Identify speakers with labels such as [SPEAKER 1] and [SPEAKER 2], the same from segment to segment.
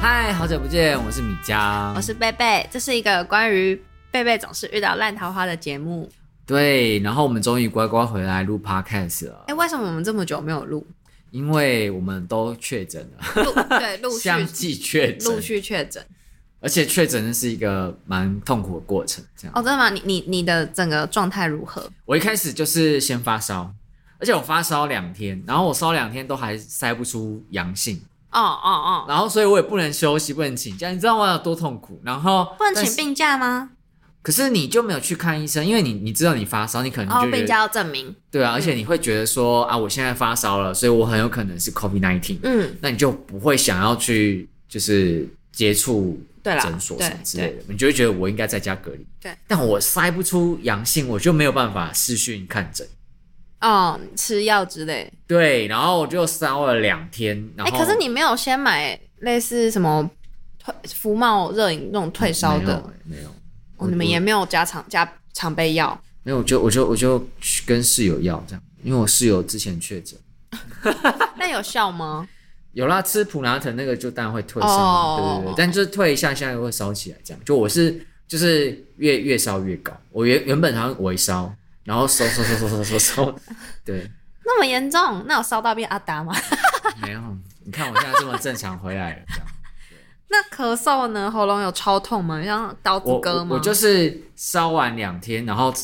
[SPEAKER 1] 嗨，好久不见，我是米佳
[SPEAKER 2] 我。是贝贝，这是一个关于贝贝总是遇到烂桃花的节目。
[SPEAKER 1] 对，然后我们终于乖乖回来录 podcast 了
[SPEAKER 2] 哎、，为什么我们这么久没有录？
[SPEAKER 1] 因为我们都确诊了，
[SPEAKER 2] 录 对，陆续
[SPEAKER 1] 相继确诊
[SPEAKER 2] 陆，续确诊。
[SPEAKER 1] 而且确诊是一个蛮痛苦的过程。这样，
[SPEAKER 2] 哦，真的吗？你你你的整个状态如何？
[SPEAKER 1] 我一开始就是先发烧，而且我发烧两天，然后我烧两天都还筛不出阳性，
[SPEAKER 2] 哦哦哦，
[SPEAKER 1] 然后所以我也不能休息，不能请假，你知道我有多痛苦？然后
[SPEAKER 2] 不能
[SPEAKER 1] 但是
[SPEAKER 2] 请病假吗？
[SPEAKER 1] 可是你就没有去看医生，因为你你知道你发烧，你可能
[SPEAKER 2] 哦
[SPEAKER 1] 就，觉
[SPEAKER 2] 病
[SPEAKER 1] 得、
[SPEAKER 2] 假要证明。
[SPEAKER 1] 对啊，而且你会觉得说啊，我现在发烧了，所以我很有可能是 COVID nineteen，、
[SPEAKER 2] 嗯，
[SPEAKER 1] 那你就不会想要去就是接触
[SPEAKER 2] 对啦
[SPEAKER 1] 诊所什么
[SPEAKER 2] 对
[SPEAKER 1] 之类的，你就会觉得我应该在家隔离。
[SPEAKER 2] 对，
[SPEAKER 1] 但我筛不出阳性，我就没有办法视讯看诊。
[SPEAKER 2] 哦，吃药之类。
[SPEAKER 1] 对，然后我就烧了两天，然
[SPEAKER 2] 哎、
[SPEAKER 1] 后、
[SPEAKER 2] 可是你没有先买类似什么退福茂热饮那种退烧
[SPEAKER 1] 没有
[SPEAKER 2] 的，
[SPEAKER 1] 欸没有，
[SPEAKER 2] 哦，你们也没有加常加常备药。
[SPEAKER 1] 没有，我就我就我就去跟室友要这样，因为我室友之前确诊。
[SPEAKER 2] 那有效吗？
[SPEAKER 1] 有啦，吃普拿疼那个就当然会退烧，
[SPEAKER 2] 哦
[SPEAKER 1] 对对对，但就是退一下下又会烧起来，这样。就我是就是越越烧越高，我原原本好像微烧，然后烧烧烧烧烧烧烧，对，
[SPEAKER 2] 那么严重？那有烧到变阿达吗？
[SPEAKER 1] 没有，你看我现在这么正常回来了，这样。
[SPEAKER 2] 那咳嗽呢？喉咙有超痛吗？像刀子
[SPEAKER 1] 我
[SPEAKER 2] 割
[SPEAKER 1] 我
[SPEAKER 2] 吗？
[SPEAKER 1] 我就是烧完两天，然后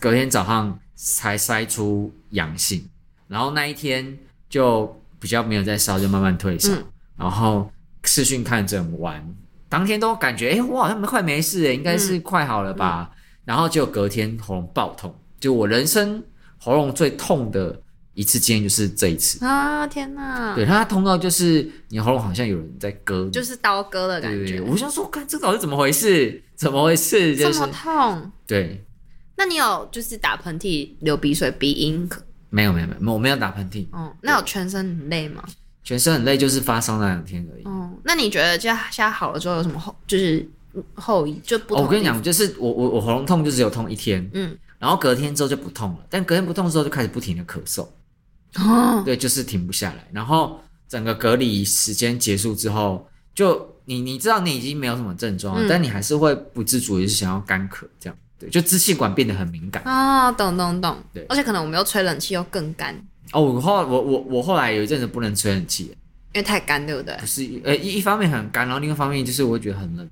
[SPEAKER 1] 隔天早上才筛出阳性，然后那一天就比较没有再烧，就慢慢退烧，
[SPEAKER 2] 嗯
[SPEAKER 1] 然后视讯看诊完，当天都感觉哎、诶我好像快没事诶应该
[SPEAKER 2] 嗯
[SPEAKER 1] 是快好了吧，然后就隔天喉咙爆痛，就我人生喉咙最痛的一次经验就是这一次，
[SPEAKER 2] 啊天哪！
[SPEAKER 1] 对，它痛到就是你喉咙好像有人在割你，
[SPEAKER 2] 就是刀割的感
[SPEAKER 1] 对对
[SPEAKER 2] 觉
[SPEAKER 1] 对，，我想说，看这到底怎么回事？怎么回事？就
[SPEAKER 2] 这
[SPEAKER 1] 是
[SPEAKER 2] 么痛。
[SPEAKER 1] 对，
[SPEAKER 2] 那你有就是打喷嚏、流鼻水、鼻音？
[SPEAKER 1] 没有没有没有，我没有打喷嚏，
[SPEAKER 2] 嗯，那有全身很累吗？
[SPEAKER 1] 全身很累，就是发烧那两天而已。
[SPEAKER 2] 嗯，那你觉得这现在好了之后有什么后就是后遗就不、
[SPEAKER 1] 哦我跟你，讲，就是我我我喉咙痛就只有痛一天，
[SPEAKER 2] 嗯，
[SPEAKER 1] 然后隔天之后就不痛了，但隔天不痛之后就开始不停的咳嗽，
[SPEAKER 2] 嗯哦，
[SPEAKER 1] 对，就是停不下来。然后整个隔离时间结束之后，就你你知道你已经没有什么症状了，
[SPEAKER 2] 嗯
[SPEAKER 1] 但你还是会不自主的是想要干咳这样，对，就支气管变得很敏感。
[SPEAKER 2] 啊、懂懂懂
[SPEAKER 1] 对，
[SPEAKER 2] 而且可能我们又吹冷气又更干，
[SPEAKER 1] 哦，我后我我我后来有一阵子不能吹冷气，
[SPEAKER 2] 因为太干，对不对
[SPEAKER 1] 不？是，呃，一一方面很干，然后另一方面就是我会觉得很冷，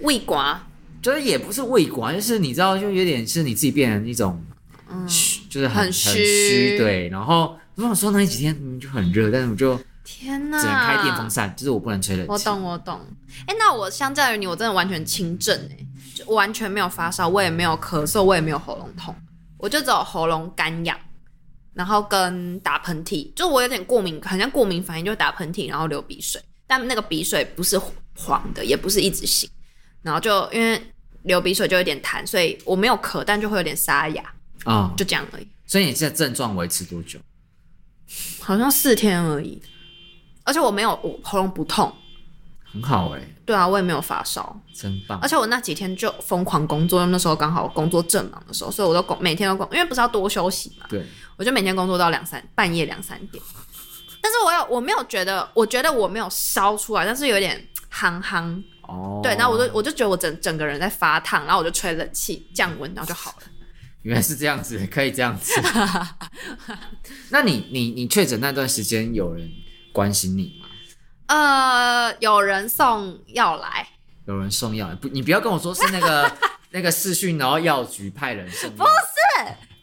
[SPEAKER 2] 胃刮，
[SPEAKER 1] 就是也不是胃管，就是你知道，就有点是你自己变成一种
[SPEAKER 2] 嗯，
[SPEAKER 1] 虚，就是
[SPEAKER 2] 很
[SPEAKER 1] 很
[SPEAKER 2] 虚
[SPEAKER 1] 虚，对。然后如果说那几天嗯就很热，但是我就只
[SPEAKER 2] 天哪，
[SPEAKER 1] 能开电风扇，就是我不能吹冷气。
[SPEAKER 2] 啊我懂，我懂。哎、那我相较于你，我真的完全轻症哎、就完全没有发烧，我也没有咳嗽，我也没有喉咙痛，我就只有喉咙干痒，然后跟打喷嚏，就我有点过敏，好像过敏反应，就打喷嚏，然后流鼻水，但那个鼻水不是黄的，也不是一直醒，然后就因为流鼻水就有点痰，所以我没有咳，但就会有点沙哑，
[SPEAKER 1] 啊、
[SPEAKER 2] 就这样而已，
[SPEAKER 1] 所以你这症状维持多久？
[SPEAKER 2] 好像四天而已，而且我没有，我喉咙不痛，
[SPEAKER 1] 很好哎、
[SPEAKER 2] 对啊，我也没有发烧。
[SPEAKER 1] 真棒
[SPEAKER 2] 而。且我那几天就疯狂工作，因为那时候刚好工作正忙的时候，所以我都工每天都工，因为不是要多休息嘛，
[SPEAKER 1] 对，
[SPEAKER 2] 我就每天工作到两三半夜两三点。但是我有我没有觉得，我觉得我没有烧出来，但是有点憨憨。
[SPEAKER 1] 哦，
[SPEAKER 2] 对，然后我就我就觉得我整整个人在发烫，然后我就吹冷气降温，然后就好了。
[SPEAKER 1] 原来是这样子，可以这样 子。那你你你确诊那段时间，有人关心你吗？嗯
[SPEAKER 2] 呃，有人送药来，
[SPEAKER 1] 有人送药？不，你不要跟我说是那 个那个视讯，然后药局派人送药。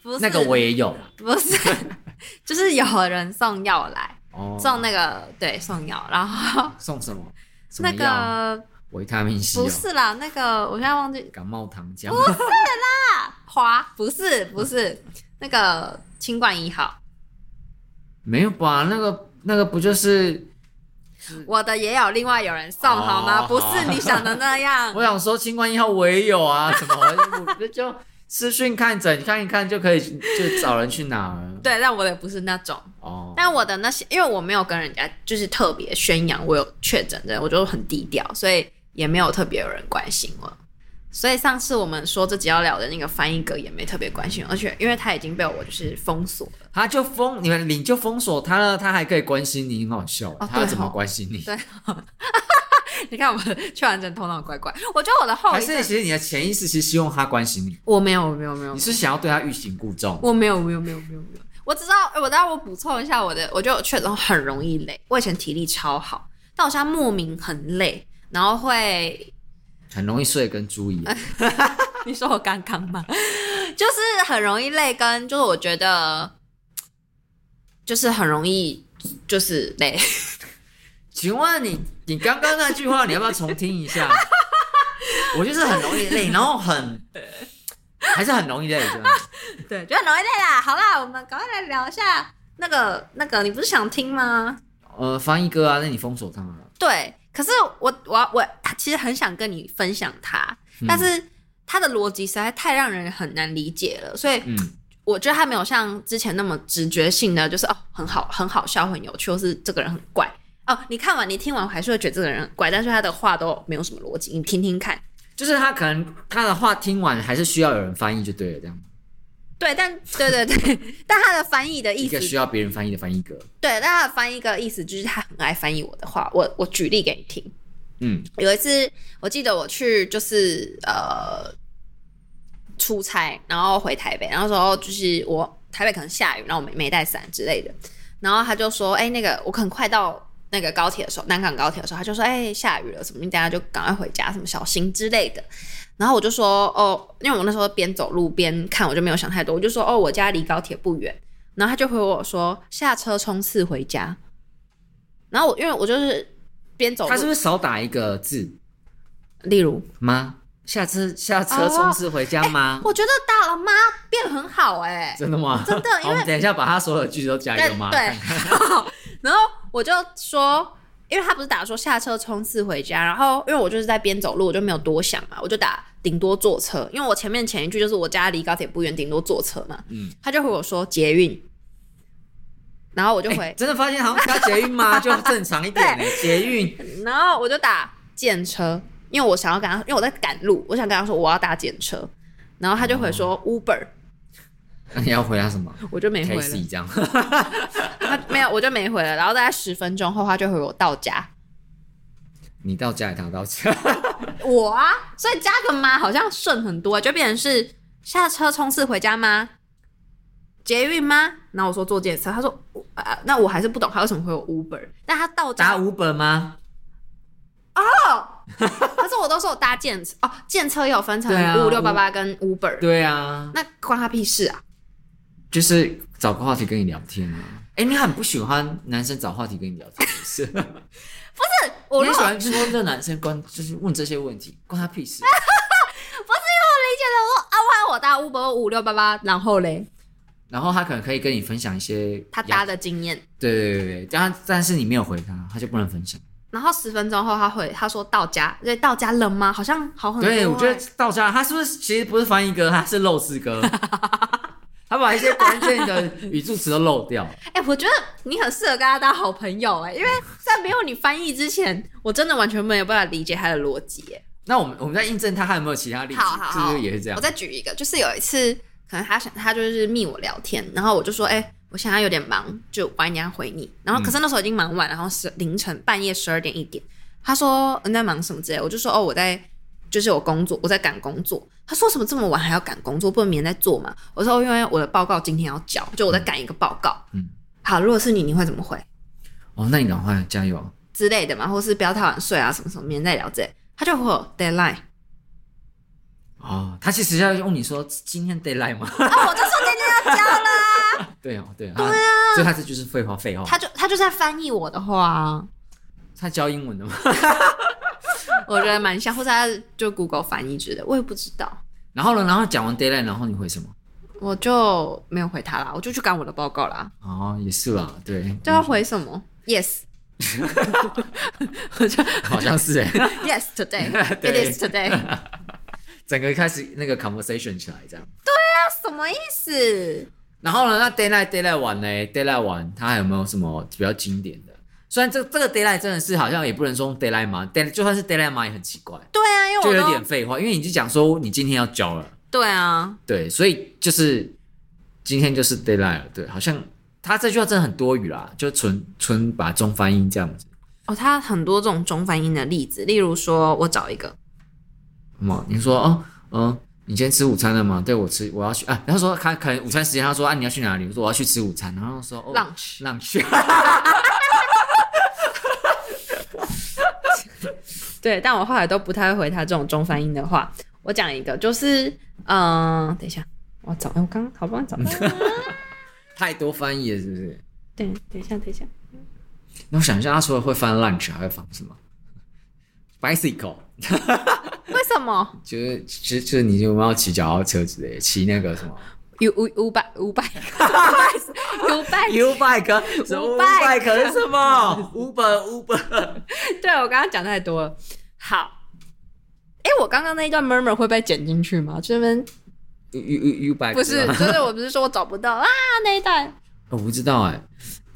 [SPEAKER 1] 不
[SPEAKER 2] 不是
[SPEAKER 1] 那个我也有啦。
[SPEAKER 2] 不是， 就是有人送药来，
[SPEAKER 1] 哦，
[SPEAKER 2] 送那个对送药，然后
[SPEAKER 1] 送什么？什么
[SPEAKER 2] 那
[SPEAKER 1] 药
[SPEAKER 2] 个
[SPEAKER 1] 维他命 C 哦
[SPEAKER 2] 不是啦，那个我现在忘记
[SPEAKER 1] 感冒糖浆，
[SPEAKER 2] 花，不是不是那个清冠一号，
[SPEAKER 1] 没有吧？那个那个不就是？
[SPEAKER 2] 我的也有另外有人送
[SPEAKER 1] 嗯哦
[SPEAKER 2] 好吗？
[SPEAKER 1] 好
[SPEAKER 2] 不是你想的那样，
[SPEAKER 1] 我想说新冠一号我也有 啊，怎么我我就私讯看诊看一看就可以，就找人去拿了。
[SPEAKER 2] 对，但我的不是那种，
[SPEAKER 1] 哦，
[SPEAKER 2] 但我的那些，因为我没有跟人家就是特别宣扬我有确诊的，我就很低调，所以也没有特别有人关心我。所以上次我们说这集要聊的那个翻译哥也没特别关心，而且因为他已经被我就是封锁 了，
[SPEAKER 1] 他就封你们，你就封锁他了，他还可以关心你，很好笑。
[SPEAKER 2] 哦
[SPEAKER 1] 他
[SPEAKER 2] 对
[SPEAKER 1] 怎么
[SPEAKER 2] 吼
[SPEAKER 1] 关心你？
[SPEAKER 2] 对你看我们去完整头脑怪怪，我觉得我的后
[SPEAKER 1] 还
[SPEAKER 2] 遗
[SPEAKER 1] 是
[SPEAKER 2] 症，
[SPEAKER 1] 其实你的潜意识其实希望他关心你，
[SPEAKER 2] 我没有，我没有，没有
[SPEAKER 1] 你，是想要对他欲擒故纵？
[SPEAKER 2] 我没有，没有，没有，没有，没有。我知道，我待会我补充一下我的，我觉得我确实很容易累。我以前体力超好，但我现在莫名很累，然后会，
[SPEAKER 1] 很容易睡得跟猪一样。
[SPEAKER 2] 你说我刚刚吗？ 就是很容易累，跟就是我觉得，就是很容易就是累。
[SPEAKER 1] 请问你，你刚刚那句话，你要不要重听一 下？我就是很容易累，然后很，还是很容易累这样子。
[SPEAKER 2] 对，就很容易累啦。好啦，我们赶快来聊一下那个那个，你不是想听吗？
[SPEAKER 1] 呃，翻译哥啊，那你封锁他啊。
[SPEAKER 2] 对，可是我我我其实很想跟你分享它，但是它的逻辑实在太让人很难理解了，所以
[SPEAKER 1] 嗯，
[SPEAKER 2] 我觉得它没有像之前那么直觉性的，就是哦很好很好笑很有趣，或是这个人很怪。哦，你看完你听完还是会觉得这个人很怪，但是他的话都没有什么逻辑，你听听看。
[SPEAKER 1] 就是他可能他的话听完还是需要有人翻译就对了，这样
[SPEAKER 2] 对，但对对对， 但他的翻译的意
[SPEAKER 1] 一
[SPEAKER 2] 思
[SPEAKER 1] 个需要别人翻译的翻译哥。
[SPEAKER 2] 对，那他翻译个意思就是他很爱翻译我的话，我我举例给你听。
[SPEAKER 1] 嗯
[SPEAKER 2] 有一次，我记得我去就是呃出差，然后回台北，然后那时候就是我台北可能下雨，然后我没没带伞之类的，然后他就说：“哎、那个我可能快到那个高铁的时候，南港高铁的时候，他就说：哎、下雨了，什么你等下就赶快回家，什么小心之类的。”然后我就说：“哦，因为我那时候边走路边看，我就没有想太多，我就说：哦，我家离高铁不远。”然后他就回我说：“下车冲刺回家。”然后我因为我就是边走路，
[SPEAKER 1] 他是不是少打一个字
[SPEAKER 2] 例如
[SPEAKER 1] 吗？下车下车
[SPEAKER 2] 哦
[SPEAKER 1] 冲刺回家吗？
[SPEAKER 2] 我觉得大了妈变很好哎、
[SPEAKER 1] 真的吗？
[SPEAKER 2] 哦真的因为
[SPEAKER 1] 好，我们等一下把他所有的句子都加一个哎吗？
[SPEAKER 2] 对，然后我就说，因为他不是打说下车冲刺回家，然后因为我就是在边走路，我就没有多想嘛，我就打顶多坐车，因为我前面前一句就是我家离高铁不远，顶多坐车嘛。
[SPEAKER 1] 嗯
[SPEAKER 2] 他就回我说捷运，然后我就回，
[SPEAKER 1] 真的发现好像加捷运 吗？就正常一点呢。捷运
[SPEAKER 2] 然后我就打建车，因为我想要跟他，因为我在赶路，我想跟他说我要打检车，然后他就回
[SPEAKER 1] 哦
[SPEAKER 2] 说 Uber，
[SPEAKER 1] 那你要回答什么
[SPEAKER 2] 我就没回了。
[SPEAKER 1] ？Taxi 这样。
[SPEAKER 2] 他没有，我就没回了。然后大概十分钟后，他就回我到家。
[SPEAKER 1] 你到家里，他到家。
[SPEAKER 2] 我啊，所以加个妈好像顺很多，就变成是下车冲刺回家吗？捷运吗？然后我说坐电车，他说我啊、那我还是不懂他为什么会有 Uber，但他到
[SPEAKER 1] 打
[SPEAKER 2] 家，
[SPEAKER 1] 五本吗？
[SPEAKER 2] 可是我都说我搭电车哦，电车也有分成
[SPEAKER 1] 对啊
[SPEAKER 2] 五六八八跟 Uber，、
[SPEAKER 1] 对啊，
[SPEAKER 2] 那关他屁事啊！
[SPEAKER 1] 就是找个话题跟你聊天啊。哎、你很不喜欢男生找话题跟你聊天，是不是？
[SPEAKER 2] 我
[SPEAKER 1] 你很
[SPEAKER 2] 如
[SPEAKER 1] 喜
[SPEAKER 2] 果
[SPEAKER 1] 欢就是问这男生关，就是问这些问题，关他屁事。
[SPEAKER 2] 理解的我啊，我我搭 Uber 五六八八，然后嘞，
[SPEAKER 1] 然后他可能可以跟你分享一些
[SPEAKER 2] 他搭，的经验，
[SPEAKER 1] 对对对对，但但是你没有回他，他就不能分享。
[SPEAKER 2] 然后十分钟后他回他说到家，对，到家了吗？好像好很多、
[SPEAKER 1] 对，我觉
[SPEAKER 2] 欸
[SPEAKER 1] 得到家他是不是其实不是翻译哥，他是漏字哥，他把一些关键的语助词都漏掉。
[SPEAKER 2] 哎、我觉得你很适合跟他当好朋友哎、因为在没有你翻译之前，我真的完全没有办法理解他的逻辑哎、
[SPEAKER 1] 那我们我们再印证他还有没有其他例子，
[SPEAKER 2] 好好
[SPEAKER 1] 是
[SPEAKER 2] 好，
[SPEAKER 1] 不是也是这样
[SPEAKER 2] 我？再举一个，就是有一次，可能他想他就是密我聊天，然后我就说，哎、我现在有点忙，就晚一点回你。然后可
[SPEAKER 1] 嗯
[SPEAKER 2] 是那时候已经蛮晚，然后是凌晨半夜十二点一点。他说你在忙什么之类，我就说哦我在就是我工作，我在赶工作。他说什么这么晚还要赶工作，不能明天再做嘛？我说哦因为我的报告今天要交，就我在赶一个报告。
[SPEAKER 1] 嗯，
[SPEAKER 2] 好，如果是你，你会怎么回？
[SPEAKER 1] 哦，那你赶快加油。
[SPEAKER 2] 之类的嘛，或是不要太晚睡啊，什么什么，明天再聊之类。他就会有 deadline，
[SPEAKER 1] 哦，他其实要用你说今天 d a y l i g h t 吗？
[SPEAKER 2] 啊，我就说今天要交了，
[SPEAKER 1] 对哦，对啊，对啊，所以他这就是废话废话。
[SPEAKER 2] 他就他就在翻译我的话啊，
[SPEAKER 1] 他教英文的嘛，
[SPEAKER 2] 我觉得蛮像，或者他就 Google 翻译之类的，我也不知道，
[SPEAKER 1] 然后呢，然后讲完 d a y l i g h t 然后你回什么？
[SPEAKER 2] 我就没有回他啦，我就去赶我的报告啦，
[SPEAKER 1] 哦，也是啦，对，
[SPEAKER 2] 就要回什么、yes，我就
[SPEAKER 1] 好像是哎，
[SPEAKER 2] yes today
[SPEAKER 1] 对
[SPEAKER 2] it is today，那 啊
[SPEAKER 1] 整个开始那个 conversation 起来这样。
[SPEAKER 2] 什么意思？
[SPEAKER 1] 然后呢，那 d a y l i g h t d a y l i g h t 完呢 d a y l i g h t 完，他还有没有什么比较经典的？虽然这这个 d a y l i g h t 真的是好像也不能说 d a y l i g h t 嘛 d a y l i g h t 就算是 d a y l i g h t 嘛也很奇怪，
[SPEAKER 2] 对啊，因为
[SPEAKER 1] 就
[SPEAKER 2] 我
[SPEAKER 1] 有
[SPEAKER 2] 都
[SPEAKER 1] 点废话，因为你就讲说你今天要交了，
[SPEAKER 2] 对啊，
[SPEAKER 1] 对，所以就是今天就是 d a y l i g h t 了，对，好像他这句话真的很多余啦，就纯纯把中翻译这样子。
[SPEAKER 2] 哦，它很多这种中翻英的例子，例如说我找一个，
[SPEAKER 1] 什么？你说哦，嗯，你今天吃午餐了吗？对我吃，我要去啊。然后说他可能午餐时间，他说啊你要去哪里？我说我要去吃午餐。然后说哦
[SPEAKER 2] Lunch
[SPEAKER 1] lunch，
[SPEAKER 2] 对，但我后来都不太会回他这种中翻英的话。我讲一个，就是嗯、呃等一下，我找，哎我刚刚好不容易找到了，
[SPEAKER 1] 太多翻译了是不是？
[SPEAKER 2] 对，等一下，等一下，
[SPEAKER 1] 那我想一下，他除了会翻 lunch，还会翻什么？bicycle，
[SPEAKER 2] 为什么
[SPEAKER 1] 就是就是就是你有没有骑脚踏车之类的，骑那个什么
[SPEAKER 2] U 五五百五 百五百
[SPEAKER 1] u bike，什么
[SPEAKER 2] U-bike
[SPEAKER 1] bike 是什么？uber uber，
[SPEAKER 2] 对我刚刚讲太多了。好，哎，我刚刚那一段 murmur 会被剪进去吗？这边
[SPEAKER 1] u u u bike
[SPEAKER 2] 不是，就是我不是说我找不到啊那一段，
[SPEAKER 1] 我不知道哎，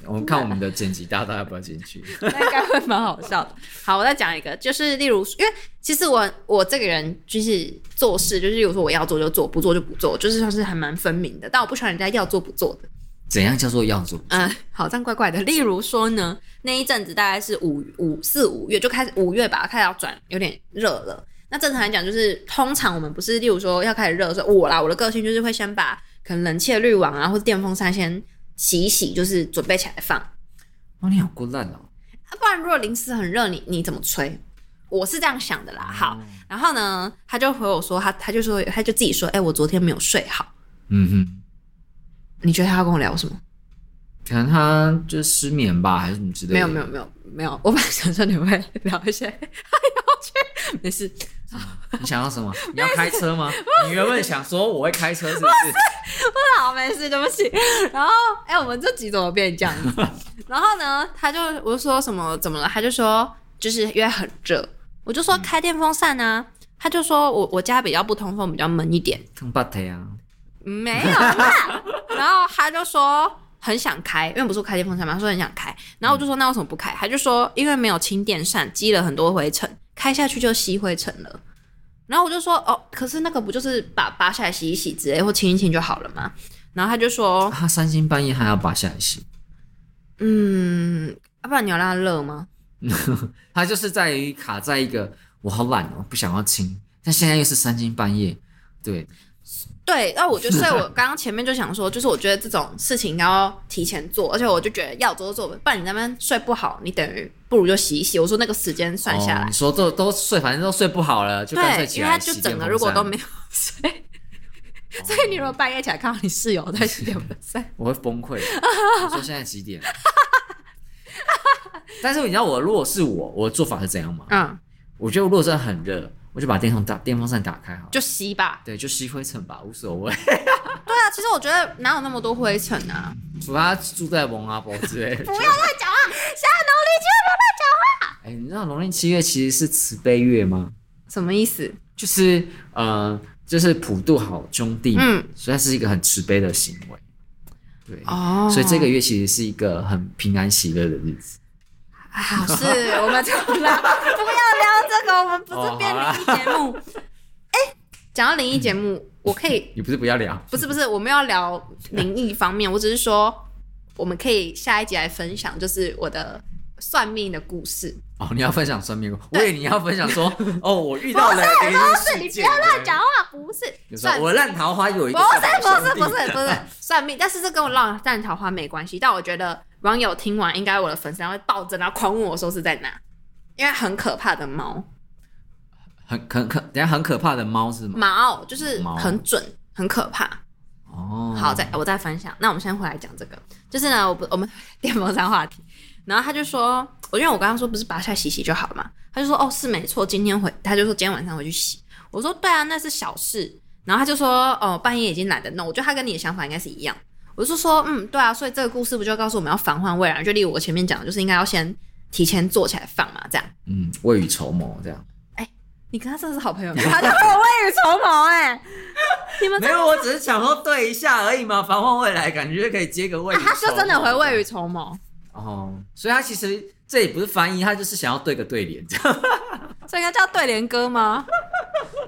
[SPEAKER 1] 我们看我们的剪辑大大要不要进去？
[SPEAKER 2] 那应该会蛮好笑的。好，我再讲一个，就是例如，因为其实我我这个人就是做事，就是例如说我要做就做，不做就不做，就是算是还蛮分明的。但我不喜欢人家要做不做的。
[SPEAKER 1] 怎样叫做样做？
[SPEAKER 2] 嗯，好像怪怪的。例如说呢，那一阵子大概是五五四五月就开始，五月吧，开始要转有点热了。那正常来讲，就是通常我们不是，例如说要开始热的时候，我啦，我的个性就是会先把可能冷气的滤网啊，或者电风扇先洗一洗，就是准备起来放。啊，
[SPEAKER 1] 哇，你好过烂哦！
[SPEAKER 2] 不然如果临时很热，你你怎么吹？我是这样想的啦。好，然后呢，他就回我说，他他就说，他就自己说，哎、我昨天没有睡好。
[SPEAKER 1] 嗯哼，
[SPEAKER 2] 你觉得他要跟我聊什么？
[SPEAKER 1] 可能他就失眠吧，还是什么之类的。
[SPEAKER 2] 没有没有没有没有，我本来想说你会聊一些 哎很有趣，没事，
[SPEAKER 1] 有，你想要什么？ 你要开车吗？你原本想说我会开车，是不 是？
[SPEAKER 2] 好没事，对不起。然后哎、我们这集怎么变这样子？然后呢，他就我就说什么怎么了？他就说就是因为很热，我就说开电风扇啊。他就说我我家比较不通风，比较闷一点，
[SPEAKER 1] 看巴腿啊！
[SPEAKER 2] 没有啦。然后他就说很想开，因为不是我开电风扇嘛，他说很想开。然后我就说那为什么不开？他就说因为没有清电扇，积了很多灰尘，开下去就吸灰尘了。然后我就说哦，可是那个不就是把拔下来洗一洗之类，或清一清就好了吗？然后他就说
[SPEAKER 1] 啊他三更半夜还要拔下来洗，
[SPEAKER 2] 嗯，要、不然你要让它热吗？
[SPEAKER 1] 他就是在于卡在一个我好懒哦，不想要清，但现在又是三更半夜，对，
[SPEAKER 2] 对，那我就所以，我刚刚前面就想说，就是我觉得这种事情应该要提前做，而且我就觉得要做就做，不然你那边睡不好，你等于不如就洗一洗。我说那个时间算下
[SPEAKER 1] 哦
[SPEAKER 2] 来，
[SPEAKER 1] 你说都都睡，反正都睡不好了，就干脆
[SPEAKER 2] 对，
[SPEAKER 1] 起
[SPEAKER 2] 因为它
[SPEAKER 1] 来
[SPEAKER 2] 就
[SPEAKER 1] 洗
[SPEAKER 2] 整
[SPEAKER 1] 电
[SPEAKER 2] 个
[SPEAKER 1] 风
[SPEAKER 2] 如果
[SPEAKER 1] 扇啊
[SPEAKER 2] 都没有睡，所以你如果半夜起来看到你室友在洗电风扇，
[SPEAKER 1] 我会崩溃。我说现在几点？ 但是你知道我，如果是我，我的做法是怎样吗？
[SPEAKER 2] 嗯，
[SPEAKER 1] 我觉得如果真的很热，我就把电风打电风扇打开好了，
[SPEAKER 2] 就吸吧。
[SPEAKER 1] 对，就吸灰尘吧，无所谓。
[SPEAKER 2] 对啊，其实我觉得哪有那么多灰尘啊！
[SPEAKER 1] 除非他住在蒙阿波之类的。
[SPEAKER 2] 不要乱讲话，现在农历七月不要乱讲话，
[SPEAKER 1] 哎、你知道农历七月其实是慈悲月吗？
[SPEAKER 2] 什么意思？
[SPEAKER 1] 就是呃，就是普渡好兄弟，
[SPEAKER 2] 嗯，
[SPEAKER 1] 所以它是一个很慈悲的行为。对，
[SPEAKER 2] 哦
[SPEAKER 1] 所以这个月其实是一个很平安喜乐的日子。
[SPEAKER 2] 好事，我们从来不要聊这个，我们不是变
[SPEAKER 1] 哦
[SPEAKER 2] 灵异节目。哎、讲到灵异节目，我可以
[SPEAKER 1] 你不是不要聊？
[SPEAKER 2] 不是不是，我们要聊灵异方面，我只是说我们可以下一集来分享，就是我的算命的故事。
[SPEAKER 1] 哦，你要分享生命，我以为你要分享 说，哦，我遇到了灵
[SPEAKER 2] 是
[SPEAKER 1] 异
[SPEAKER 2] 你
[SPEAKER 1] 事
[SPEAKER 2] 不
[SPEAKER 1] 件。
[SPEAKER 2] 要乱讲话，不是
[SPEAKER 1] 比如说
[SPEAKER 2] 算
[SPEAKER 1] 我烂桃花有一
[SPEAKER 2] 不
[SPEAKER 1] 个
[SPEAKER 2] 是不是
[SPEAKER 1] 兄弟
[SPEAKER 2] 不是不是算命，但是这跟我浪蛋桃花没关系。但我觉得网友听完，应该我的粉丝会抱着，然后狂问我说是在哪，因为很可怕的猫。
[SPEAKER 1] 很很可，等一下很可怕的猫是吗？
[SPEAKER 2] 毛就是
[SPEAKER 1] 毛
[SPEAKER 2] 很准，很可怕。
[SPEAKER 1] 哦，
[SPEAKER 2] 好，再我再分享。那我们先回来讲这个，就是呢，我不我们 电风扇话题。然后他就说，我因为我刚刚说不是拔下来洗洗就好了嘛，他就说哦是没错，今天回他就说今天晚上回去洗。我说对啊，那是小事。然后他就说哦半夜已经懒得弄，我觉得他跟你的想法应该是一样。我就说嗯对啊，所以这个故事不就告诉我们要防患未然？就例如我前面讲的，就是应该要先提前做起来放嘛，这样。
[SPEAKER 1] 嗯，未雨绸缪这样。
[SPEAKER 2] 你跟他真的是好朋友，他就跟我未雨绸缪哎， 你们真的
[SPEAKER 1] 没有，我只是想说对一下而已嘛，
[SPEAKER 2] 啊
[SPEAKER 1] 防患未来，感觉可以接个未雨绸缪、
[SPEAKER 2] 他就真的会未雨绸缪。
[SPEAKER 1] 哦，所以他其实这也不是翻译，他就是想要对个对联，这样
[SPEAKER 2] 这应该叫对联 歌吗？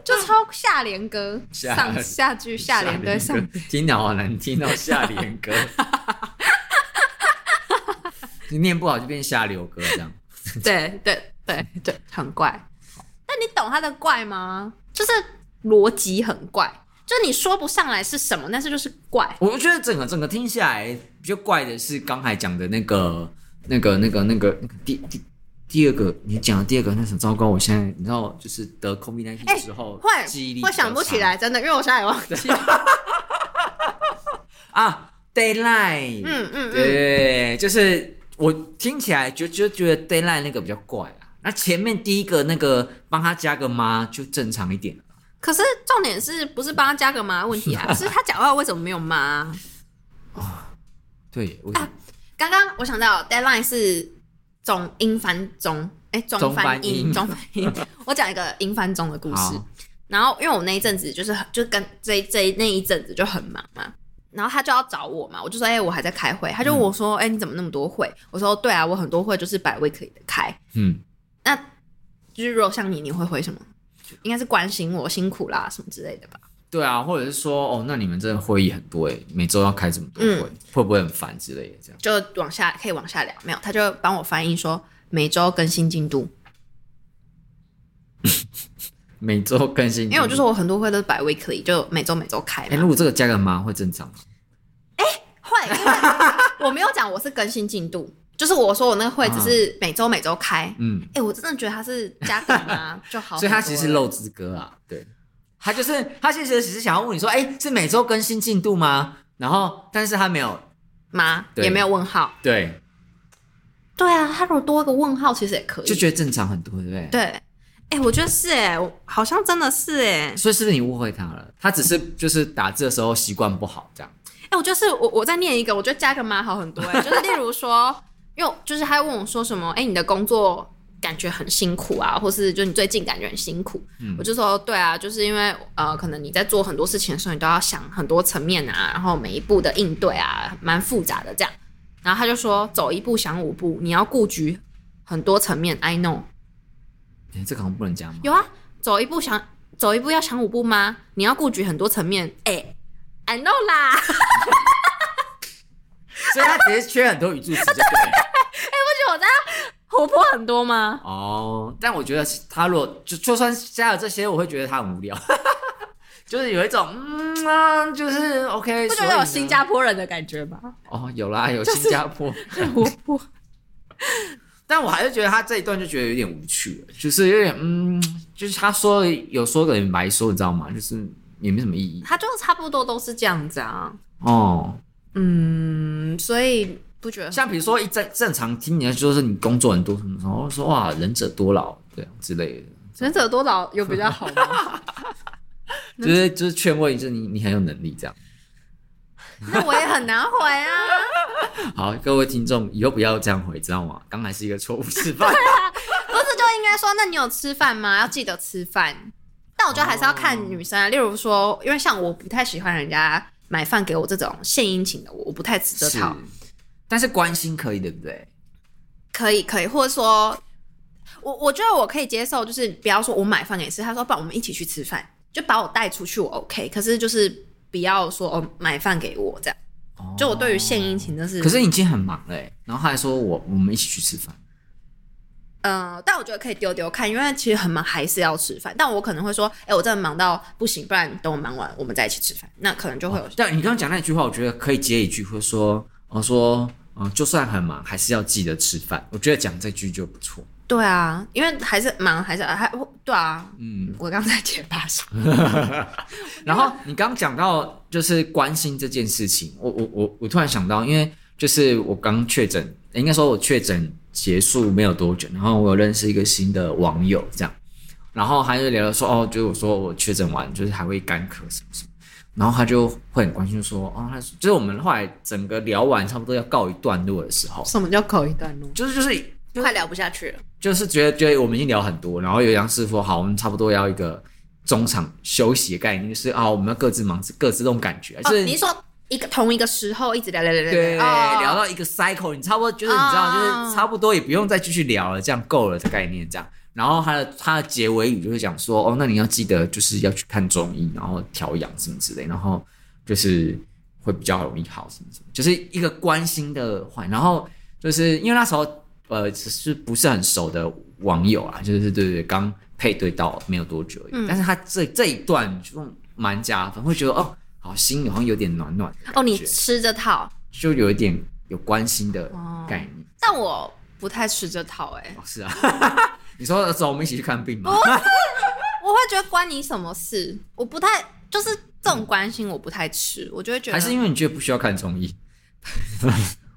[SPEAKER 2] 就抄下联歌，
[SPEAKER 1] 下
[SPEAKER 2] 上下句 下联对上，
[SPEAKER 1] 歌听到好难听到下联 歌，你念不好就变下流歌这样。
[SPEAKER 2] 对对对对，很怪。但你懂他的怪吗？就是逻辑很怪，就你说不上来是什么，但是就是怪。
[SPEAKER 1] 我觉得整个整个听下来比较怪的是刚才讲的那个那个那个那个那个第第第二个你讲的第二个那很糟糕，我现在你知道就是得 COVID
[SPEAKER 2] 哎
[SPEAKER 1] 19之后、记忆
[SPEAKER 2] 会
[SPEAKER 1] 力
[SPEAKER 2] 会想不起来，真的，因为我现在也忘记了。
[SPEAKER 1] 比较差 啊，Daylight，
[SPEAKER 2] 嗯嗯嗯，
[SPEAKER 1] 对，就是我听起来就就觉得 Daylight 那个比较怪啊。那前面第一个那个帮他加个妈就正常一点了
[SPEAKER 2] 可是重点是不是帮他加个妈问 题啊？是他讲话为什么没有妈？
[SPEAKER 1] 对，我想
[SPEAKER 2] 刚刚我想到 deadline 是总英翻中，哎、中翻英，
[SPEAKER 1] 中
[SPEAKER 2] 中翻英。我讲一个英翻中的故事
[SPEAKER 1] 好。
[SPEAKER 2] 然后因为我那一阵子就是很，就跟这这那一阵子就很忙嘛，然后他就要找我嘛，我就说哎、我还在开会，他就问我说哎、你怎么那么多会？我说对啊，我很多会就是百 weekly 的开。
[SPEAKER 1] 嗯，
[SPEAKER 2] 那就是如果像你，你会回什么？应该是关心我辛苦啦什么之类的吧。
[SPEAKER 1] 对啊，或者是说哦，那你们真的会议很多诶，每周要开这么多
[SPEAKER 2] 嗯
[SPEAKER 1] 会，会不会很烦之类的这样？
[SPEAKER 2] 就往下可以往下聊，没有，他就帮我翻译说每周更新进度，
[SPEAKER 1] 每周更新，
[SPEAKER 2] 因为我就说我很多会都是百 weekly，就每周每周开
[SPEAKER 1] 哎、
[SPEAKER 2] 嘛。
[SPEAKER 1] 如果这个加个妈会正常吗？
[SPEAKER 2] 会，因为我没有讲我是更新进度，就是我说我那个会只是每周每周开。
[SPEAKER 1] 嗯，
[SPEAKER 2] 哎、我真的觉得他是加梗 啊，就好很多了。欸
[SPEAKER 1] 所以他其实是漏之歌啊，对，他就是他其实只是想要问你说，哎、是每周更新进度吗？然后，但是他没有，
[SPEAKER 2] 吗？
[SPEAKER 1] 对
[SPEAKER 2] 也没有问号。
[SPEAKER 1] 对，
[SPEAKER 2] 对啊，他如果多一个问号，其实也可以。
[SPEAKER 1] 就觉得正常很多，对不对？
[SPEAKER 2] 呃对，哎、我觉得是哎、我好像真的是哎、
[SPEAKER 1] 所以是不是你误会他了？他只是就是打字的时候习惯不好这样。
[SPEAKER 2] 哎、我就是我，我再念一个，我觉得加个妈好很多、欸。就是例如说，因为我就是他问我说什么，哎、你的工作感觉很辛苦啊，或是就你最近感觉很辛苦，
[SPEAKER 1] 嗯
[SPEAKER 2] 我就说对啊，就是因为呃，可能你在做很多事情的时候，你都要想很多层面啊，然后每一步的应对啊，蛮复杂的这样。然后他就说，走一步想五步，你要顾及很多层面。I know，
[SPEAKER 1] 哎、这个好像不能讲吗？
[SPEAKER 2] 有啊，走一步想走一步要想五步吗？你要顾及很多层面。哎、i know 啦。
[SPEAKER 1] 所以他只是缺很多语助词就对了。
[SPEAKER 2] 就我这样活泼很多吗？
[SPEAKER 1] 哦，但我觉得他如果就就算加了这些，我会觉得他很无聊， 就是有一种嗯啊，就是 OK，
[SPEAKER 2] 不觉
[SPEAKER 1] 所以
[SPEAKER 2] 得有
[SPEAKER 1] 呢
[SPEAKER 2] 新加坡人的感觉吗？
[SPEAKER 1] 哦，有啦，有新加坡，
[SPEAKER 2] 活泼，
[SPEAKER 1] 但我还是觉得他这一段就觉得有点无趣了，就是有点嗯，就是他说的有说的很白说，你知道吗？就是也没什么意义
[SPEAKER 2] 他就差不多都是这样子啊。
[SPEAKER 1] 哦。
[SPEAKER 2] 嗯，所以不觉得
[SPEAKER 1] 像比如说一正正常听你就是你工作很多什么什么，说哇忍者多劳对啊之类的，
[SPEAKER 2] 忍者多劳有比较好吗？
[SPEAKER 1] 就是就是劝慰，就是你你很有能力这样。
[SPEAKER 2] 那我也很难回啊。
[SPEAKER 1] 好，各位听众以后不要这样回，知道吗？刚才是一个错误示 范。
[SPEAKER 2] 不是就应该说，那你有吃饭吗？要记得吃饭。但我觉得还是要看女生啊。例如说，因为像我不太喜欢人家买饭给我这种献殷勤的，我我不太吃这
[SPEAKER 1] 是
[SPEAKER 2] 套。，
[SPEAKER 1] 但是关心可以对不对？
[SPEAKER 2] 可以可以，或者说，我我觉得我可以接受，就是不要说我买饭给你吃，他说不然我们一起去吃饭，就把我带出去，我 OK。可是就是不要说哦买饭给我这样，
[SPEAKER 1] 哦
[SPEAKER 2] 就我对于献殷勤真是，
[SPEAKER 1] 可是你已经很忙了欸，然后他还说我我们一起去吃饭。
[SPEAKER 2] 嗯、呃，但我觉得可以丢丢看，因为其实很忙还是要吃饭，但我可能会说，哎、我真的忙到不行，不然等我忙完我们再一起吃饭，那可能就会有、
[SPEAKER 1] 但你刚刚讲那句话，我觉得可以接一句，或者说，我、说，嗯、就算很忙，还是要记得吃饭。我觉得讲这句就不错。
[SPEAKER 2] 对啊，因为还是忙还是还对啊，
[SPEAKER 1] 嗯，
[SPEAKER 2] 我刚才结巴什么？
[SPEAKER 1] 然后你刚讲到就是关心这件事情，我我我我突然想到，因为就是我刚确诊，应该说我确诊结束没有多久，然后我有认识一个新的网友这样，然后他就聊了说哦，就是我说我确诊完就是还会干咳什么什么，然后他就会很关心说哦，他就是我们后来整个聊完差不多要告一段落的时候，
[SPEAKER 2] 什么叫口一段落？
[SPEAKER 1] 就是就是
[SPEAKER 2] 快聊不下去了，
[SPEAKER 1] 就是觉得觉得我们已经聊很多，然后有杨师傅好，我们差不多要一个中场休息的概念，就是啊，我们要各自忙，各自那种感觉，就
[SPEAKER 2] 哦，
[SPEAKER 1] 是、
[SPEAKER 2] 你是说一个同一个时候一直聊聊聊聊，
[SPEAKER 1] 对，
[SPEAKER 2] 哦
[SPEAKER 1] 聊到一个 cycle，你差不多就是你知道，
[SPEAKER 2] 哦
[SPEAKER 1] 就是差不多也不用再继续聊了，这样够了的概念这样。然后他的他的结尾语就是讲说，哦，那你要记得就是要去看中医，然后调养什么之类，然后就是会比较容易好什么什么，就是一个关心的话。然后就是因为那时候呃，只是不是很熟的网友啊，就是对对对，刚配对到没有多久而已，
[SPEAKER 2] 嗯
[SPEAKER 1] 但是他这这一段就蛮加分，会觉得哦，好心里好像有点暖暖的感觉。
[SPEAKER 2] 哦，你吃这套，
[SPEAKER 1] 就有一点有关心的
[SPEAKER 2] 哦
[SPEAKER 1] 概念。
[SPEAKER 2] 但我不太吃这套、哎
[SPEAKER 1] 哦，是啊， 你说走，我们一起去看病吗？
[SPEAKER 2] 哦我会觉得关你什么事？我不太就是这种关心，我不太吃，我就会觉得
[SPEAKER 1] 还是因为你觉得不需要看中医？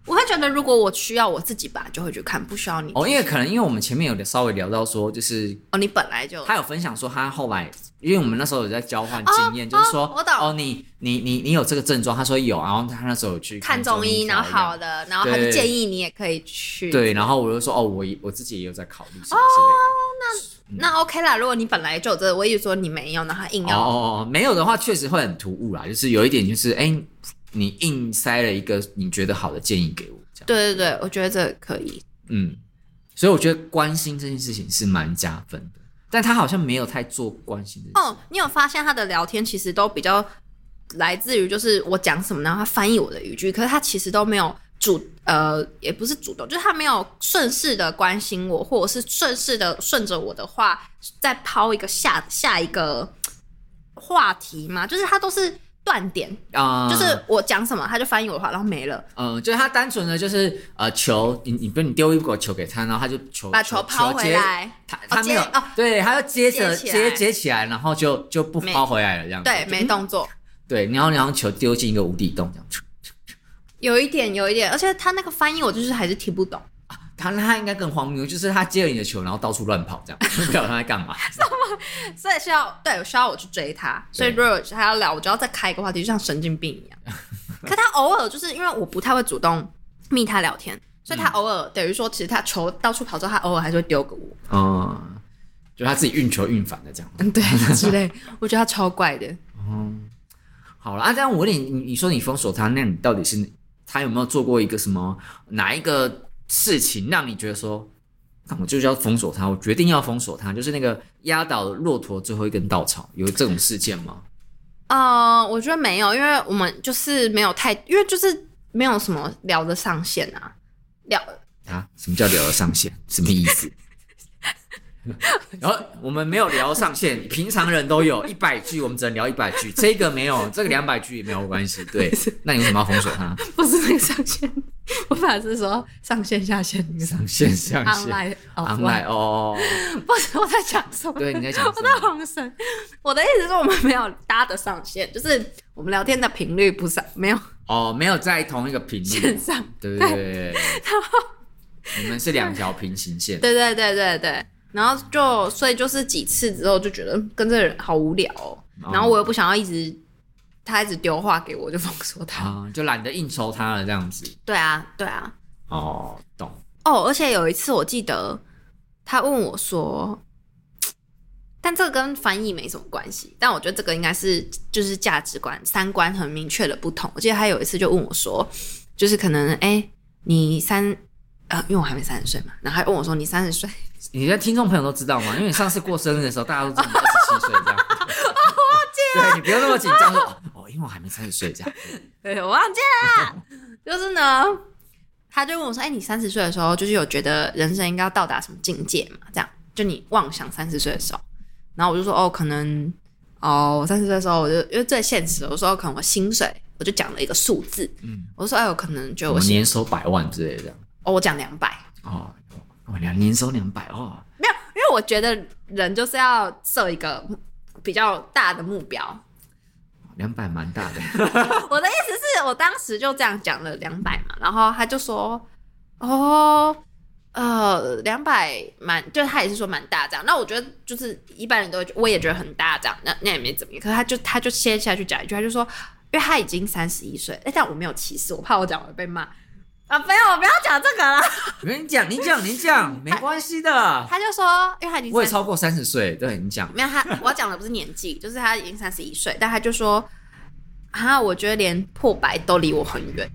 [SPEAKER 2] 我会觉得，如果我需要我自己吧，就会去看，不需要你
[SPEAKER 1] 哦，因为可能因为我们前面有稍微聊到说，就是
[SPEAKER 2] 哦，你本来就
[SPEAKER 1] 他有分享说他后来，因为我们那时候有在交换经验，
[SPEAKER 2] 哦
[SPEAKER 1] 就是说
[SPEAKER 2] 哦我懂
[SPEAKER 1] 哦，你你你你有这个症状，他说有，然后他那时候有去
[SPEAKER 2] 看中医，
[SPEAKER 1] 医，
[SPEAKER 2] 然后好。的，然后他就
[SPEAKER 1] 对
[SPEAKER 2] 建议你也可以去。
[SPEAKER 1] 对，然后我就说哦，我也我自己也有在考虑什么之
[SPEAKER 2] 那 OK 啦。如果你本来就有这个我一直说你没有，然后他硬
[SPEAKER 1] 类的。哦
[SPEAKER 2] 要，
[SPEAKER 1] 哦哦，没有的话确实会很突兀啦，就是有一点就是哎，你硬塞了一个你觉得好的建议给我，这样。
[SPEAKER 2] 对对对，我觉得这个可以。
[SPEAKER 1] 嗯，所以我觉得关心这件事情是蛮加分的，但他好像没有太做关心的事。
[SPEAKER 2] 哦，你有发现他的聊天其实都比较来自于就是我讲什么，然后他翻译我的语句，可是他其实都没有主呃，也不是主动，就是他没有顺势的关心我，或者是顺势的顺着我的话再抛一个下下一个话题嘛，就是他都是断点，
[SPEAKER 1] 啊、
[SPEAKER 2] 哦就是我讲什么他就翻译我的话，然后没了。
[SPEAKER 1] 嗯，就是他单纯的就是呃球，你你不你丢一个球给他，然后他就球
[SPEAKER 2] 把球抛回，来，
[SPEAKER 1] 接他他没有，
[SPEAKER 2] 接哦
[SPEAKER 1] 对，他就接着
[SPEAKER 2] 接起
[SPEAKER 1] 接
[SPEAKER 2] 来
[SPEAKER 1] 接起来，然后就就不
[SPEAKER 2] 没
[SPEAKER 1] 抛回来了这样子。
[SPEAKER 2] 对，
[SPEAKER 1] 就
[SPEAKER 2] 没动作，
[SPEAKER 1] 对，然后然后球丢进一个无底洞这样。
[SPEAKER 2] 有一点，有一点，而且他那个翻译我就是还是听不懂，
[SPEAKER 1] 他他应该更荒谬，就是他接了你的球，然后到处乱跑这样， 不知道他在 干嘛。
[SPEAKER 2] 所以需要对需要我去追他，所以如果他要聊，我就要再开一个话题，就像神经病 一样。可他偶尔就是因为我不太会主动密他聊天，
[SPEAKER 1] 嗯
[SPEAKER 2] 所以他偶尔等于说，其实他球到处跑之后，他偶尔还是会丢给我，
[SPEAKER 1] 嗯，就他自己运球运反的这样。
[SPEAKER 2] 对之类。我觉得他超怪的，
[SPEAKER 1] 好了，啊，这样我问你，你你说你封锁他，那你到底是他有没有做过一个什么哪一个事情让你觉得说，那我就是要封锁他，我决定要封锁他，就是那个压倒骆驼最后一根稻草，有这种事件吗？
[SPEAKER 2] 呃，我觉得没有，因为我们就是没有太，因为就是没有什么聊得上线啊，聊
[SPEAKER 1] 啊，什么叫聊得上线？什么意思？ 然后我们没有聊上线，平常人都有一百句，我们只能聊一百句，这个没有，这个两百句也没有关系。对，那你为什么要封锁他？
[SPEAKER 2] 不是那个上线， 我反而是说上线下线那个上
[SPEAKER 1] 上线上线
[SPEAKER 2] online offline
[SPEAKER 1] online 哦，
[SPEAKER 2] 不是我在讲什么？
[SPEAKER 1] 对你在讲什么
[SPEAKER 2] 我在晃神。我的意思是我们没有搭得上线，就是我们聊天的频率不上，没有
[SPEAKER 1] 哦，没有在同一个频率
[SPEAKER 2] 线。上。
[SPEAKER 1] 对对对 对对，你们是两条平行线。
[SPEAKER 2] 对对对对对。然后就所以就是几次之后就觉得嗯跟这个人好无聊、哦，
[SPEAKER 1] 哦
[SPEAKER 2] 然后我又不想要一直他一直丢话给我，我就封锁他。
[SPEAKER 1] 啊，就懒得应酬他了这样子。
[SPEAKER 2] 对啊，对啊。
[SPEAKER 1] 哦，懂。
[SPEAKER 2] 哦，而且有一次我记得他问我说，但这个跟翻译没什么关系，但我觉得这个应该是就是价值观、三观很明确的不同。我记得他有一次就问我说，就是可能哎、你三呃，因为我还没三十岁嘛，然后他问我说你三十岁，
[SPEAKER 1] 你的听众朋友都知道吗？因为你上次过生日的时候，大家都知道你二十七岁这样。我忘记 了。对你不用那么紧 张，说哦哦，因为我还没三十岁这样。
[SPEAKER 2] 对我忘记了， 就是呢，他就问我说，哎、你三十岁的时候就是有觉得人生应该要到达什么境界嘛？这样，就你妄想三十岁的时候，然后我就说哦，可能哦，我三十岁的时候，我就因为最现实的，我说哦可能我薪水，我就讲了一个数字，
[SPEAKER 1] 嗯
[SPEAKER 2] 我就说哎，我可能就
[SPEAKER 1] 我
[SPEAKER 2] 我薪
[SPEAKER 1] 年收百万之类的这样。
[SPEAKER 2] 哦，我讲两百，
[SPEAKER 1] 哦，我两年收两百哦。
[SPEAKER 2] 没有，因为我觉得人就是要设一个比较大的目标。
[SPEAKER 1] 两百蛮大 的，
[SPEAKER 2] 我的意思是我当时就这样讲了两百嘛，然后他就说哦。呃，两百蛮，就是他也是说蛮大这样。那我觉得就是一般人都会觉，我也觉得很大这样。那那也没怎么样。可是他就他就先下去讲一句，他就说，因为他已经三十一岁，哎、但我没有歧视，我怕我讲我会被骂啊。没有，我不要讲这个了。
[SPEAKER 1] 你讲，你讲，你讲，没关系 的。
[SPEAKER 2] 他就说，因为他已经
[SPEAKER 1] 我也
[SPEAKER 2] 三
[SPEAKER 1] 超过三十岁，对你讲，
[SPEAKER 2] 没有他，我要讲的不是年纪，就是他已经三十一岁，但他就说啊，我觉得连破百都离我很远。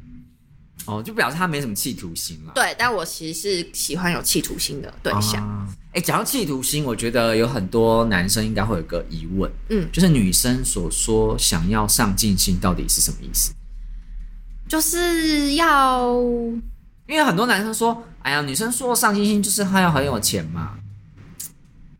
[SPEAKER 1] 哦，就表示他没什么企图心了。
[SPEAKER 2] 对，但我其实是喜欢有企图心的对象。
[SPEAKER 1] 啊哎、讲到企图心，我觉得有很多男生应该会有个疑问，
[SPEAKER 2] 嗯，
[SPEAKER 1] 就是女生所说想要上进心到底是什么意思？
[SPEAKER 2] 就是要
[SPEAKER 1] 因为很多男生说，哎呀，女生说上进心就是她要很有钱嘛，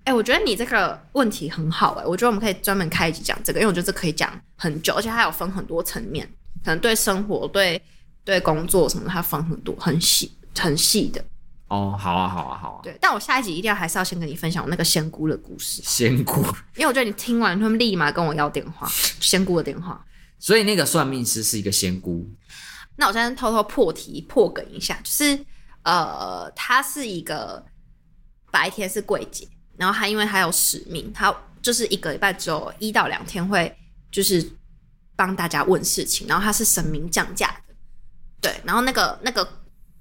[SPEAKER 2] 哎、我觉得你这个问题很好哎、我觉得我们可以专门开一集讲这个，因为我觉得这可以讲很久，而且它有分很多层面，可能对生活、对对工作什么的，它分很多很细很细的。
[SPEAKER 1] 哦，好啊，好啊，好啊，
[SPEAKER 2] 对，但我下一集一定要还是要先跟你分享我那个仙姑的故事，
[SPEAKER 1] 仙姑。
[SPEAKER 2] 因为我觉得你听完他们立马跟我要电话，仙姑的电话。
[SPEAKER 1] 所以那个算命师是一个仙姑，
[SPEAKER 2] 那我现在偷偷破题破梗一下，就是呃，她是一个白天是柜姐，然后她因为她有使命，她就是一个礼拜只有一到两天会就是帮大家问事情，然后她是神明降价的，对，然后那个那个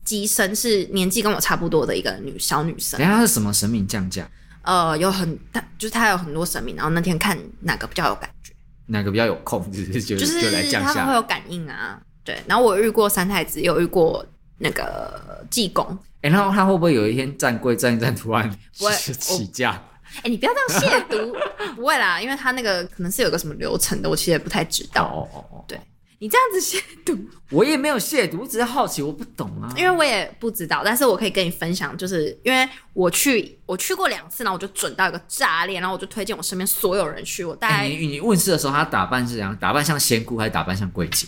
[SPEAKER 2] 机身是年纪跟我差不多的一个女小女生
[SPEAKER 1] 等一，下她是什么神明降价，
[SPEAKER 2] 呃，有很她就是她有很多神明，然后那天看哪个比较有感觉。
[SPEAKER 1] 哪个比较有空，就是就
[SPEAKER 2] 就是
[SPEAKER 1] 就来降
[SPEAKER 2] 他们会
[SPEAKER 1] 价。
[SPEAKER 2] 有感应啊。对，然后我遇过三太子，也有遇过那个济公。
[SPEAKER 1] 哎、然后她会不会有一天站柜站一站突然
[SPEAKER 2] 不会
[SPEAKER 1] 起价？
[SPEAKER 2] 哎、你不要这样亵渎，不会啦，因为他那个可能是有个什么流程的，我其实也不太知道。
[SPEAKER 1] 哦哦哦，
[SPEAKER 2] 对你这样子亵渎，
[SPEAKER 1] 我也没有亵渎，我只是好奇，我不懂啊。
[SPEAKER 2] 因为我也不知道，但是我可以跟你分享，就是因为我去我去过两次，然后我就准到一个炸裂，然后我就推荐我身边所有人去，我大
[SPEAKER 1] 哎
[SPEAKER 2] 概
[SPEAKER 1] 你你问世的时候，她打扮是怎样？打扮像仙姑，还是打扮像柜姐？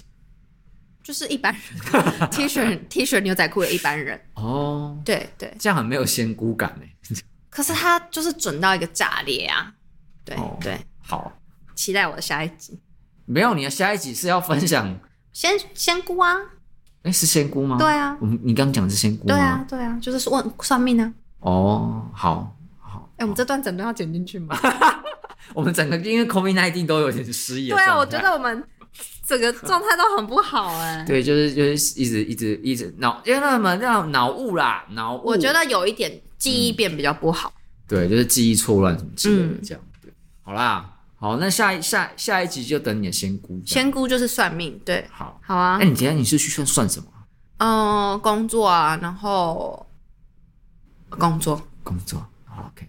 [SPEAKER 2] 就是一般人 T 恤 T 恤牛仔裤的一般人，
[SPEAKER 1] 哦，
[SPEAKER 2] 对对。
[SPEAKER 1] 这样很没有仙姑感哎、
[SPEAKER 2] 可是他就是准到一个炸裂啊，对、
[SPEAKER 1] 哦
[SPEAKER 2] 对，
[SPEAKER 1] 好，
[SPEAKER 2] 期待我的下一集。
[SPEAKER 1] 没有，你的下一集是要分享，
[SPEAKER 2] 仙仙姑啊，
[SPEAKER 1] 哎、是仙姑吗？
[SPEAKER 2] 对啊，
[SPEAKER 1] 我们你刚讲的是仙姑吗？
[SPEAKER 2] 对啊，对啊，就是问算命啊。
[SPEAKER 1] 哦，好好，
[SPEAKER 2] 哎、我们这段整段要剪进去吗？
[SPEAKER 1] 我们整个因为 COVID 1 9都有点失忆的
[SPEAKER 2] 对啊，
[SPEAKER 1] 状
[SPEAKER 2] 我
[SPEAKER 1] 态
[SPEAKER 2] 觉得我们整个状态都很不好哎、
[SPEAKER 1] 对，就是就是一直一直一直脑，因为那什么叫脑雾啦，脑雾。
[SPEAKER 2] 我觉得有一点记忆变比较不好。
[SPEAKER 1] 对，就是记忆错乱什么之类的
[SPEAKER 2] 嗯
[SPEAKER 1] 这样。对，好啦，好，那下一下下一集就等你的仙姑这样。
[SPEAKER 2] 仙姑就是算命，对，
[SPEAKER 1] 好，
[SPEAKER 2] 好啊
[SPEAKER 1] 那、，你等一下你是去算算什么
[SPEAKER 2] 嗯、工作啊，然后工作，
[SPEAKER 1] 工作好？OK。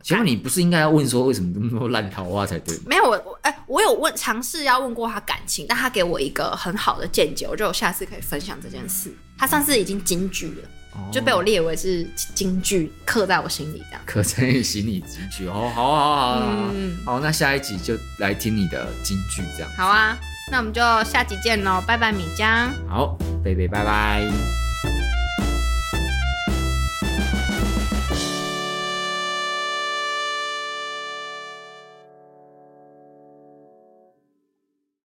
[SPEAKER 1] 请问你不是应该要问说为什么这么多烂桃花才对吗？
[SPEAKER 2] 没有我我哎、我有问尝试要问过他感情，但他给我一个很好的见解，我觉得我下次可以分享这件事。他上次已经金句了，就被我列为是金句，刻在我心里这样。
[SPEAKER 1] 哦可成语行你金句哦，好好好好好好，
[SPEAKER 2] 嗯
[SPEAKER 1] 好，那下一集就来听你的金句这样。
[SPEAKER 2] 好啊，那我们就下集见喽，拜拜，米江。
[SPEAKER 1] 好，贝贝，拜拜。